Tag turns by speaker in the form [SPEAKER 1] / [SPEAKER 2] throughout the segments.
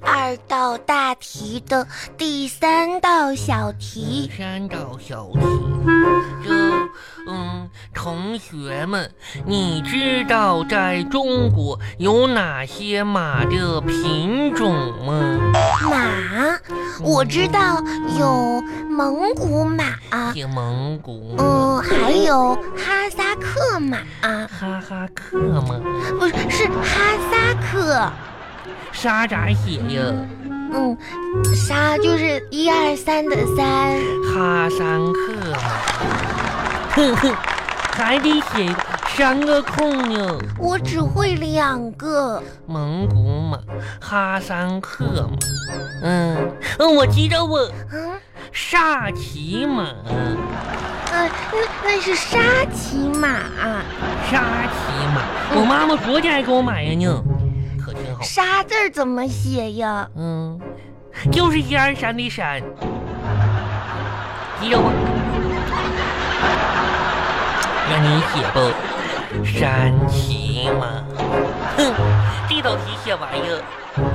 [SPEAKER 1] 二道大题的第三道小题。
[SPEAKER 2] 三道小题，这嗯，同学们，你知道在中国有哪些马的品种吗？
[SPEAKER 1] 马，我知道有蒙古马，
[SPEAKER 2] 写蒙古，
[SPEAKER 1] 嗯，还有哈萨克马，
[SPEAKER 2] 哈哈克吗？
[SPEAKER 1] 不是是哈萨克，
[SPEAKER 2] 啥咋写呀？
[SPEAKER 1] 嗯，沙就是一二三的三，
[SPEAKER 2] 哈三克吗？哼哼，还得写三个空呢。
[SPEAKER 1] 我只会两个。
[SPEAKER 2] 蒙古马，哈桑克马，嗯嗯，我知道我
[SPEAKER 1] 嗯，
[SPEAKER 2] 萨其马，
[SPEAKER 1] 呃，那那是沙琪玛，
[SPEAKER 2] 沙其马，我妈妈昨天还给我买呀呢，可真好。
[SPEAKER 1] 沙字儿怎么写呀？
[SPEAKER 2] 嗯，就是一二三的三，知道吗？让你写不？山骑马，哼，这道题写完呀。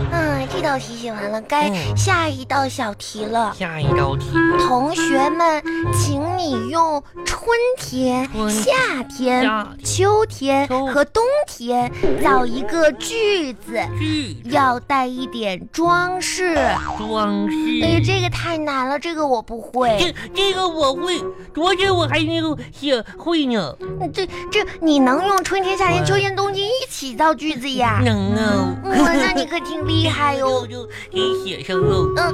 [SPEAKER 1] 嗯，这道题写完了，该
[SPEAKER 2] 嗯
[SPEAKER 1] 下一道小题了。
[SPEAKER 2] 下一道题，
[SPEAKER 1] 同学们，请你用春天、
[SPEAKER 2] 春
[SPEAKER 1] 夏天
[SPEAKER 2] 夏、
[SPEAKER 1] 秋天
[SPEAKER 2] 秋
[SPEAKER 1] 和冬天造一个句子，
[SPEAKER 2] 句
[SPEAKER 1] 要带一点装饰。
[SPEAKER 2] 装饰。
[SPEAKER 1] 哎，这个太难了，这个我不会。
[SPEAKER 2] 这这个我会，昨天我还那个写会呢，
[SPEAKER 1] 这这，你能用春天、夏天、
[SPEAKER 2] 我
[SPEAKER 1] 秋天、冬天一起造句子呀？
[SPEAKER 2] 能啊！
[SPEAKER 1] 哇，那你可挺厉害哟、
[SPEAKER 2] 就就给写上喽。
[SPEAKER 1] 嗯，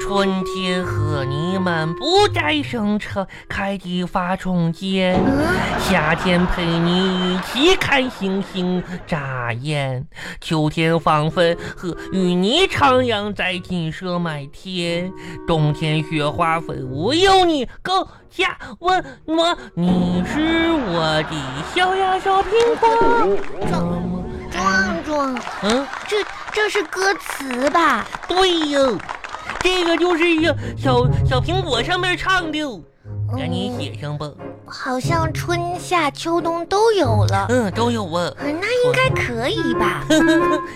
[SPEAKER 2] 春天和你们不再生产开启发冲间，
[SPEAKER 1] 嗯，
[SPEAKER 2] 夏天陪你一起看星星眨眼，秋天放飞和与你徜徉在锦瑟满天，冬天雪花飞舞有你更加温暖。你是我的小呀小苹果，怎么？
[SPEAKER 1] 壮壮，
[SPEAKER 2] 嗯，
[SPEAKER 1] 哦这这是歌词吧？
[SPEAKER 2] 对哟，这个就是一个小小苹果上面唱的哦，赶紧写上吧。
[SPEAKER 1] 好像春夏秋冬都有 了，
[SPEAKER 2] 嗯，都有啊，
[SPEAKER 1] 嗯那应该可以吧？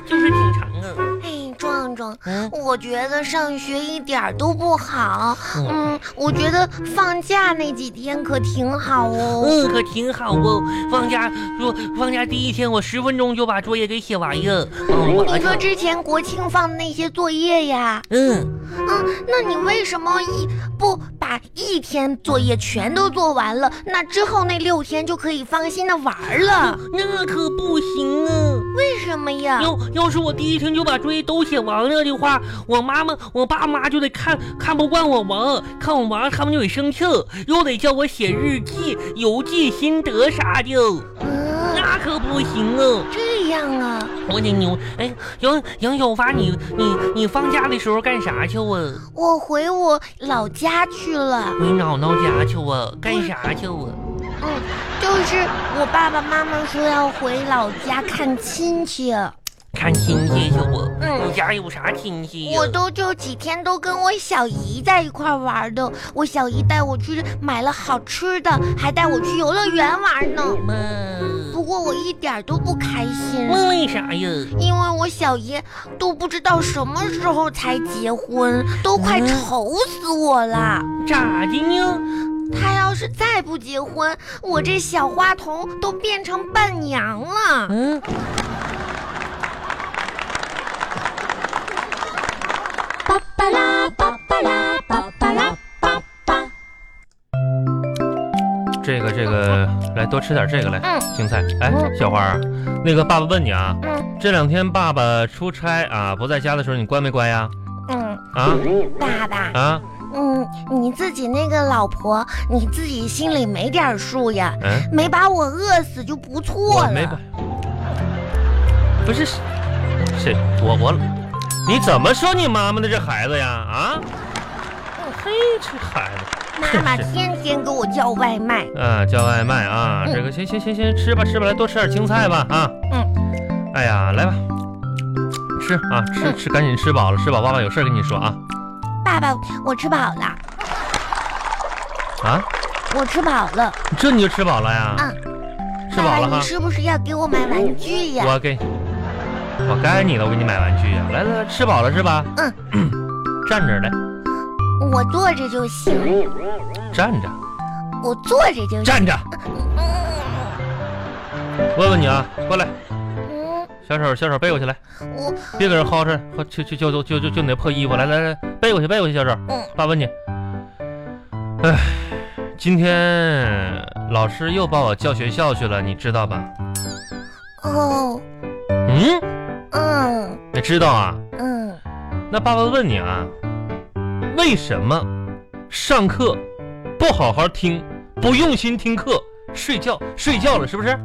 [SPEAKER 2] 就是挺长啊。
[SPEAKER 1] 哎，壮壮。
[SPEAKER 2] 嗯，
[SPEAKER 1] 我觉得上学一点儿都不好，
[SPEAKER 2] 嗯
[SPEAKER 1] 嗯，我觉得放假那几天可挺好哦。
[SPEAKER 2] 嗯，可挺好哦。放假说放假第一天，我十分钟就把作业给写完呀。嗯，我
[SPEAKER 1] 你说之前国庆放的那些作业呀，
[SPEAKER 2] 嗯，
[SPEAKER 1] 嗯，那你为什么一不把一天作业全都做完了，那之后那六天就可以放心的玩儿了？
[SPEAKER 2] 那可不行啊。
[SPEAKER 1] 为什么呀？
[SPEAKER 2] 要要是我第一天就把作业都写完了的话，我妈妈、我爸妈就得看看不惯我玩，看我玩他们就得生气，又得叫我写日记、游记、心得啥的，
[SPEAKER 1] 嗯，
[SPEAKER 2] 那可不行啊。
[SPEAKER 1] 这样啊，
[SPEAKER 2] 我得牛，哎，杨杨小发，你你你放假的时候干啥去啊？
[SPEAKER 1] 我回我老家去了。
[SPEAKER 2] 回姥姥家去啊？干啥去啊？
[SPEAKER 1] 嗯，就是我爸爸妈妈说要回老家看亲戚，
[SPEAKER 2] 看亲戚去啊？
[SPEAKER 1] 嗯
[SPEAKER 2] 你家有啥亲戚呀、
[SPEAKER 1] 我都就几天都跟我小姨在一块儿玩的。我小姨带我去买了好吃的，还带我去游乐园玩呢。
[SPEAKER 2] 妈，
[SPEAKER 1] 不过我一点儿都不开心，
[SPEAKER 2] 问为啥呀？
[SPEAKER 1] 因为我小姨都不知道什么时候才结婚，都快
[SPEAKER 2] 嗯
[SPEAKER 1] 愁死我了。
[SPEAKER 2] 咋的呢？
[SPEAKER 1] 他要是再不结婚，我这小花童都变成伴娘了。
[SPEAKER 2] 嗯。
[SPEAKER 1] 巴巴拉巴巴拉巴巴拉巴巴。
[SPEAKER 3] 这个这个，来多吃点这个来，
[SPEAKER 1] 嗯
[SPEAKER 3] 青菜。哎，
[SPEAKER 1] 嗯
[SPEAKER 3] 小花儿，那个爸爸问你啊，
[SPEAKER 1] 嗯
[SPEAKER 3] 这两天爸爸出差啊，不在家的时候你乖没乖呀？
[SPEAKER 1] 嗯，
[SPEAKER 3] 啊
[SPEAKER 1] 爸爸，
[SPEAKER 3] 啊，
[SPEAKER 1] 嗯，你自己那个老婆，你自己心里没点数呀？
[SPEAKER 3] 嗯，
[SPEAKER 1] 没把我饿死就不错
[SPEAKER 3] 我
[SPEAKER 1] 了。
[SPEAKER 3] 没乖。不是，是谁？我我，你怎么说你妈妈的这孩子呀？啊？嘿，这孩子。
[SPEAKER 1] 妈妈
[SPEAKER 3] 是
[SPEAKER 1] 天天给我叫外卖。
[SPEAKER 3] 啊，叫外卖啊，
[SPEAKER 1] 嗯
[SPEAKER 3] 这个行行行行，吃吧吃吧，来多吃点青菜吧啊。嗯。哎呀，来吧，吃啊吃
[SPEAKER 1] 嗯
[SPEAKER 3] 吃，赶紧吃饱了，吃饱爸爸有事儿跟你说啊
[SPEAKER 1] 爸爸，我吃饱了，
[SPEAKER 3] 啊，
[SPEAKER 1] 我吃饱了。
[SPEAKER 3] 这你就吃饱了呀？
[SPEAKER 1] 嗯，
[SPEAKER 3] 吃
[SPEAKER 1] 爸
[SPEAKER 3] 饱了
[SPEAKER 1] 爸，
[SPEAKER 3] 哈
[SPEAKER 1] 你，是不是要给我买玩具呀？
[SPEAKER 3] 我给
[SPEAKER 2] 我该你了，我给你买玩具呀、来来来，吃饱了是吧？
[SPEAKER 1] 嗯
[SPEAKER 2] 嗯， 站着来，
[SPEAKER 1] 我坐着就行，
[SPEAKER 2] 站着，
[SPEAKER 1] 我坐着就行。
[SPEAKER 2] 站着。问问你啊，过来，
[SPEAKER 1] 嗯，
[SPEAKER 2] 小手小手背过去来，
[SPEAKER 1] 我
[SPEAKER 2] 别搁这耗着，快去去就就就就就你那破衣服，来来来，背过去背过去，小手。
[SPEAKER 1] 嗯
[SPEAKER 2] 爸问你，哎，今天老师又把我叫学校去了，你知道吧？
[SPEAKER 1] 哦，
[SPEAKER 2] 嗯，
[SPEAKER 1] 嗯
[SPEAKER 2] 你知道啊？
[SPEAKER 1] 嗯，
[SPEAKER 2] 那爸爸问你啊，为什么上课不好好听，不用心听课，睡觉睡觉了是不是？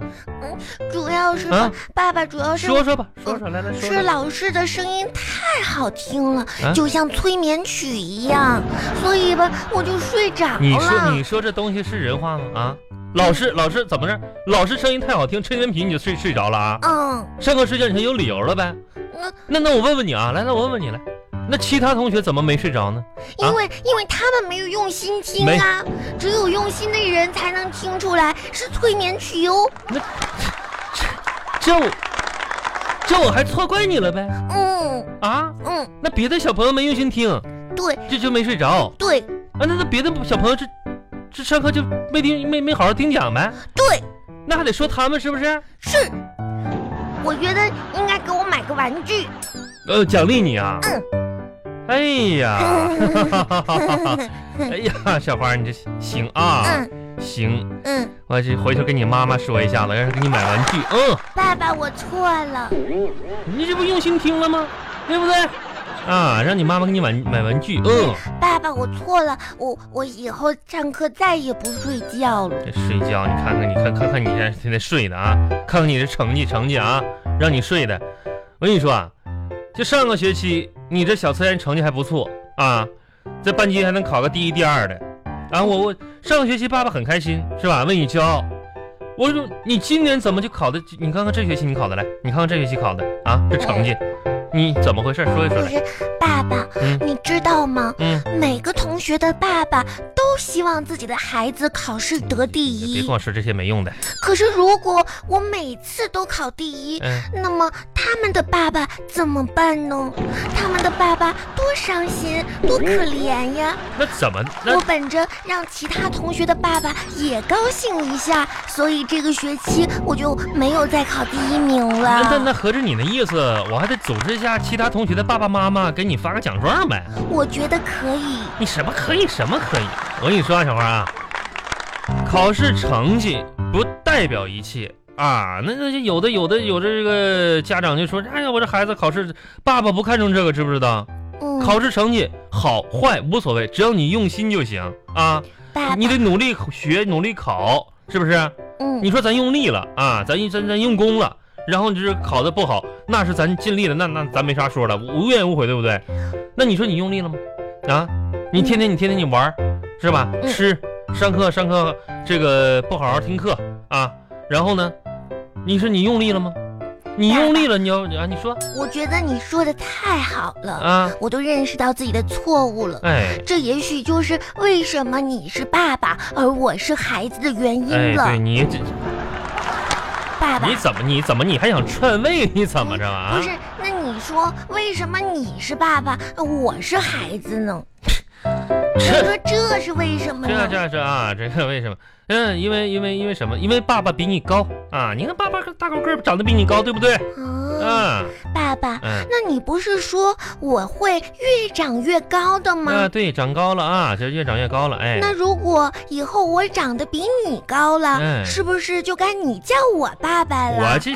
[SPEAKER 1] 主要是
[SPEAKER 2] 啊
[SPEAKER 1] 爸爸，主要是
[SPEAKER 2] 说说吧，说说来来说
[SPEAKER 1] 是
[SPEAKER 2] 说。
[SPEAKER 1] 老师的声音太好听了，
[SPEAKER 2] 啊
[SPEAKER 1] 就像催眠曲一样，所以吧，我就睡着了。
[SPEAKER 2] 你说你说这东西是人话吗？啊，老师老师怎么着？老师声音太好听，吹人皮你就睡睡着了啊？
[SPEAKER 1] 嗯，
[SPEAKER 2] 上课睡觉你就有理由了呗？
[SPEAKER 1] 那
[SPEAKER 2] 那那我问问你啊，来来我问问你来，那其他同学怎么没睡着呢？
[SPEAKER 1] 因为、因为他们没有用心听
[SPEAKER 2] 没
[SPEAKER 1] 啊，只有用心的人才能听出来是催眠曲哟、
[SPEAKER 2] 这我这我还错怪你了呗？
[SPEAKER 1] 嗯
[SPEAKER 2] 啊，
[SPEAKER 1] 嗯，
[SPEAKER 2] 那别的小朋友没用心听，
[SPEAKER 1] 对
[SPEAKER 2] 这就没睡着。
[SPEAKER 1] 对
[SPEAKER 2] 啊，那那别的小朋友这这上课就没听没没好好听讲呗，
[SPEAKER 1] 对，
[SPEAKER 2] 那还得说他们是不是？
[SPEAKER 1] 是。我觉得应该给我买个玩具。
[SPEAKER 2] 呃，奖励你啊。
[SPEAKER 1] 嗯
[SPEAKER 2] 哎 呀，哎呀，小花，你这行啊，
[SPEAKER 1] 嗯
[SPEAKER 2] 行，
[SPEAKER 1] 嗯，
[SPEAKER 2] 我去回头跟你妈妈说一下子，让她给你买玩具。嗯，
[SPEAKER 1] 爸爸，我错了。
[SPEAKER 2] 你这不用心听了吗？对不对？啊，让你妈妈给你买买玩具。嗯，
[SPEAKER 1] 爸爸，我错了，我我以后上课再也不睡觉了。
[SPEAKER 2] 这睡觉，你看看，你看看看你现在现在睡的啊，看看你这成绩成绩啊，让你睡的。我跟你说啊，就上个学期你这小测验成绩还不错啊，在班级还能考个第一、第二的。啊，我我上个学期爸爸很开心是吧？为你骄傲。我说你今年怎么就考的？你看看这学期你考的来，你看看这学期考的啊，这成绩，你怎么回事？说一说
[SPEAKER 1] 不
[SPEAKER 2] 来。
[SPEAKER 1] 是，爸爸，
[SPEAKER 2] 嗯
[SPEAKER 1] 你知道吗？
[SPEAKER 2] 嗯，
[SPEAKER 1] 每个同学的爸爸都希望自己的孩子考试得第
[SPEAKER 2] 别跟
[SPEAKER 1] 一，
[SPEAKER 2] 我说这些没用的。
[SPEAKER 1] 可是如果我每次都考第一，
[SPEAKER 2] 嗯。
[SPEAKER 1] 那么他们的爸爸怎么办呢？他们的爸爸多伤心，多可怜呀！
[SPEAKER 2] 那怎么？那
[SPEAKER 1] 我本着让其他同学的爸爸也高兴一下，所以这个学期我就没有再考第一名
[SPEAKER 2] 那那
[SPEAKER 1] 了。
[SPEAKER 2] 那合着你的意思，我还得组织一下其他同学的爸爸妈妈给你发个奖状呗？
[SPEAKER 1] 我觉得可以，
[SPEAKER 2] 你什么可以，什么可以？我跟你说啊，小花啊，考试成绩不代表一切啊。那那有的有的有的这个家长就说，哎呀，我这孩子考试，爸爸不看重这个，知不知道？
[SPEAKER 1] 嗯，
[SPEAKER 2] 考试成绩好坏无所谓，只要你用心就行啊。
[SPEAKER 1] 爸爸，
[SPEAKER 2] 你得努力学，努力考，是不是？
[SPEAKER 1] 嗯
[SPEAKER 2] 你说咱用力了啊，咱咱咱用功了，然后你这考的不好，那是咱尽力了，那那咱没啥说了，无怨无悔，对不对？那你说你用力了吗？啊，你天天你天天你玩儿，是吧？
[SPEAKER 1] 嗯
[SPEAKER 2] 吃，上课上课这个不好好听课啊，然后呢，你说你用力了吗？你用力了，你要啊，你说
[SPEAKER 1] 我觉得你说的太好了。
[SPEAKER 2] 啊，
[SPEAKER 1] 我都认识到自己的错误了。
[SPEAKER 2] 哎
[SPEAKER 1] 这也许就是为什么你是爸爸，而我是孩子的原
[SPEAKER 2] 哎，
[SPEAKER 1] 因了。
[SPEAKER 2] 对你这
[SPEAKER 1] 爸爸
[SPEAKER 2] 你，怎么你怎么你还想篡位？你怎么着啊
[SPEAKER 1] 不？是？那你说为什么你是爸爸，我是孩子呢？你
[SPEAKER 2] 这
[SPEAKER 1] 说这是为什么
[SPEAKER 2] 这
[SPEAKER 1] 呢？
[SPEAKER 2] 样这样这样啊，这个为什么？嗯，因为因为因为什么？因为爸爸比你高啊！你看爸爸大高个儿长得比你高，对不对？
[SPEAKER 1] 啊，
[SPEAKER 2] 啊，
[SPEAKER 1] 爸爸，
[SPEAKER 2] 嗯，
[SPEAKER 1] 那你不是说我会越长越高的
[SPEAKER 2] 啊，
[SPEAKER 1] 吗？
[SPEAKER 2] 对，长高了啊，这越长越高了，哎，
[SPEAKER 1] 那如果以后我长得比你高了，
[SPEAKER 2] 嗯
[SPEAKER 1] 是不是就该你叫我爸爸了？
[SPEAKER 2] 我这